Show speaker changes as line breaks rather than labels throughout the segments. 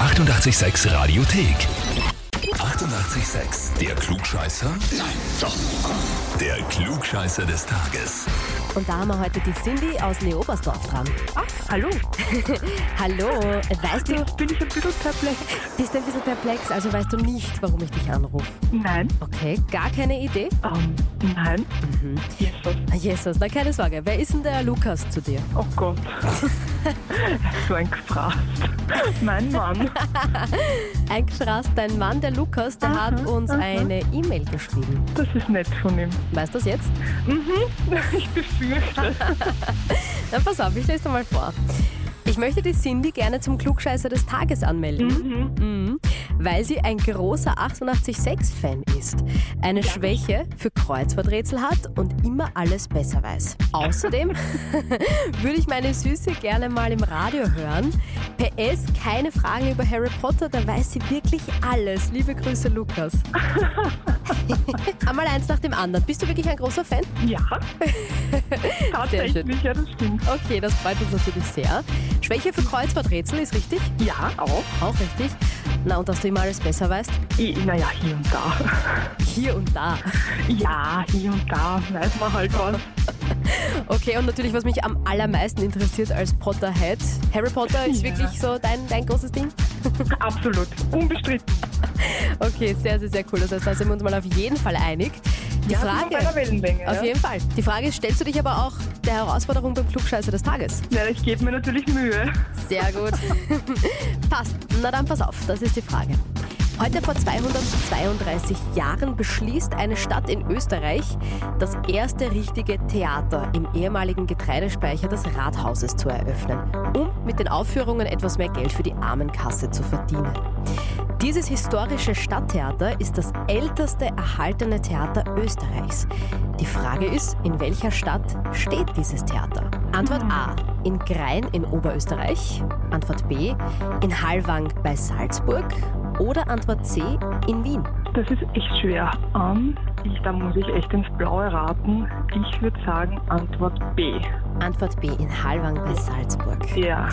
886 Radiothek. 88,6. Der Klugscheißer? Nein, doch. Der Klugscheißer des Tages.
Und da haben wir heute die Cindy aus Neobersdorf dran.
Ah, hallo.
Hallo, weißt du,
Jetzt bin ich ein bisschen perplex.
bist ein bisschen perplex, also weißt du nicht, warum ich dich anrufe.
Nein,
Okay, gar keine Idee? Ah,
ähm, nein. Jesus.
Jesus, na keine Sorge. Wer ist denn der Lukas zu dir?
Oh Gott. so ein Gefraß. Mein Mann.
Eingeschrast, dein Mann, der Lukas, der
Aha,
hat uns
aha.
eine E-Mail geschrieben.
Das ist nett von ihm.
Weißt du das jetzt?
Ich befürchte.
Na, pass auf, ich lese dir mal vor. Ich möchte die Cindy gerne zum Klugscheißer des Tages anmelden, Mhm. weil sie ein großer 886-Fan ist, eine Schwäche für Kreuzworträtsel hat und immer alles besser weiß. Außerdem würde ich meine Süße gerne mal im Radio hören. PS, keine Fragen über Harry Potter, da weiß sie wirklich alles. Liebe Grüße, Lukas. Einmal eins nach dem anderen. Bist du wirklich ein großer Fan?
Ja.
Sehr schön.
Tatsächlich, ja, das stimmt.
Okay, das freut uns natürlich sehr. Schwäche für Kreuzworträtsel ist richtig?
Ja, auch.
Auch richtig. Na, und dass du immer alles besser weißt?
Naja, hier und da.
Hier und da.
Ja, hier und da weiß man halt was.
Okay, und natürlich, was mich am allermeisten interessiert als Potterhead. Harry Potter ist
Ja.
wirklich so dein, dein großes Ding?
Absolut. Unbestritten.
Okay, sehr, sehr, sehr cool. Das heißt, da sind wir uns mal auf jeden Fall einig. Die
Ja, sind wir bei der
Frage.
Wellenlänge.
Auf
ja.
jeden Fall. Die Frage ist, stellst du dich aber auch der Herausforderung beim Klugscheißer des Tages?
Ja, ich gebe mir natürlich Mühe.
Sehr gut. Passt. Na dann pass auf, das ist die Frage. Heute vor 232 Jahren beschließt eine Stadt in Österreich, das erste richtige Theater im ehemaligen Getreidespeicher des Rathauses zu eröffnen, um mit den Aufführungen etwas mehr Geld für die Armenkasse zu verdienen. Dieses historische Stadttheater ist das älteste erhaltene Theater Österreichs. Die Frage ist, in welcher Stadt steht dieses Theater? Antwort A. In Grein in Oberösterreich. Antwort B. In Hallwang bei Salzburg. Oder Antwort C. In Wien.
Das ist echt schwer. Ähm, ich, da muss ich echt ins Blaue raten. Ich würde sagen, Antwort B.
Antwort B. In Hallwang bei Salzburg.
Ja.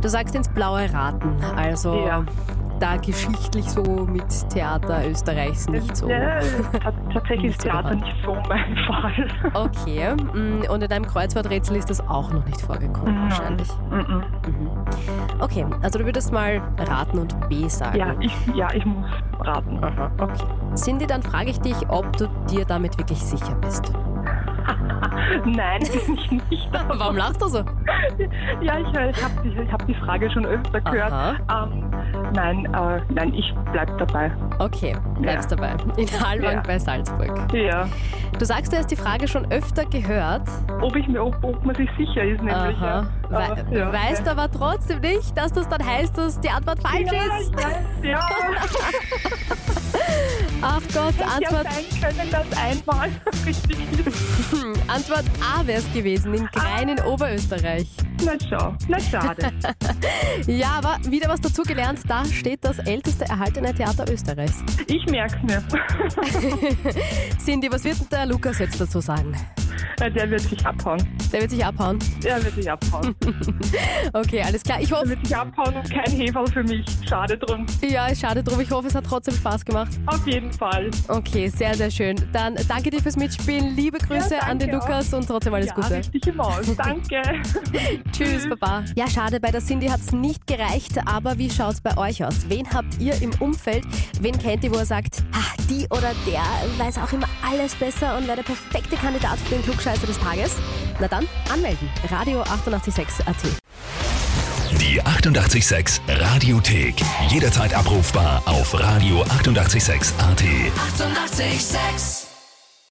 Du sagst ins Blaue raten. Also
Ja.
da geschichtlich so mit Theater Österreichs nicht so.
Ja, tats- ne, tatsächlich
Nicht
ist
so
Theater
bekannt.
nicht so mein Fall.
Okay, mm, und in deinem Kreuzworträtsel ist das auch noch nicht vorgekommen,
Nein.
wahrscheinlich.
Mhm.
Okay, also du würdest mal raten und B sagen.
Ja, ich, ja, ich muss raten.
Aha, okay. Cindy, dann frage ich dich, ob du dir damit wirklich sicher bist.
Nein, bin ich nicht.
Warum lachst du so?
Ja, ich, äh, ich habe die, ich hab die Frage schon öfter gehört. Ähm, nein, äh, nein, ich bleib dabei.
Okay, bleibst dabei. In Hallwang
Ja.
bei Salzburg.
Ja.
Du sagst, du hast die Frage schon öfter gehört.
Ob, ich mir, ob, ob man sich sicher ist, nämlich.
Aha.
Ja.
Wei-
Äh, ja.
Weißt aber trotzdem nicht, dass das dann heißt, dass die Antwort falsch
ja,
ist.
ich weiß, ja.
Ach Gott,
ja
Antwort
sein können, dass einmal richtig ist.
Hm, Antwort A wäre es gewesen,
Ah.
in Grein in Oberösterreich.
Na schau, na schade.
Ja, aber wieder was dazugelernt, da steht das älteste erhaltene Theater Österreichs.
Ich merk's mir.
Cindy, was wird denn der Lukas jetzt dazu sagen?
Äh, Der wird sich abhauen.
Der wird sich abhauen.
Der wird sich abhauen.
Okay, alles klar. Ich
Er
hoffe,
wird sich abhauen und kein Heferl für mich. Schade drum.
ja, ist schade drum. Ich hoffe, es hat trotzdem Spaß gemacht.
Auf jeden Fall.
Okay, sehr, sehr schön. Dann danke dir fürs Mitspielen. Liebe Grüße
Ja,
an den
danke auch.
Lukas und trotzdem alles
ja,
Gute.
richtige Maus. Danke.
Tschüss, Baba. Ja, schade, bei der Cindy hat's nicht gereicht, aber wie schaut's bei euch aus? Wen habt ihr im Umfeld? Wen kennt ihr, wo ihr sagt, ach, die oder der weiß auch immer alles besser und wäre der perfekte Kandidat für den Klugscheißer des Tages? Na dann, anmelden. Radio 886 AT.
Die 88,6 Radiothek. Jederzeit abrufbar auf radio886.at. 88,6.
Eighty-eight, sex.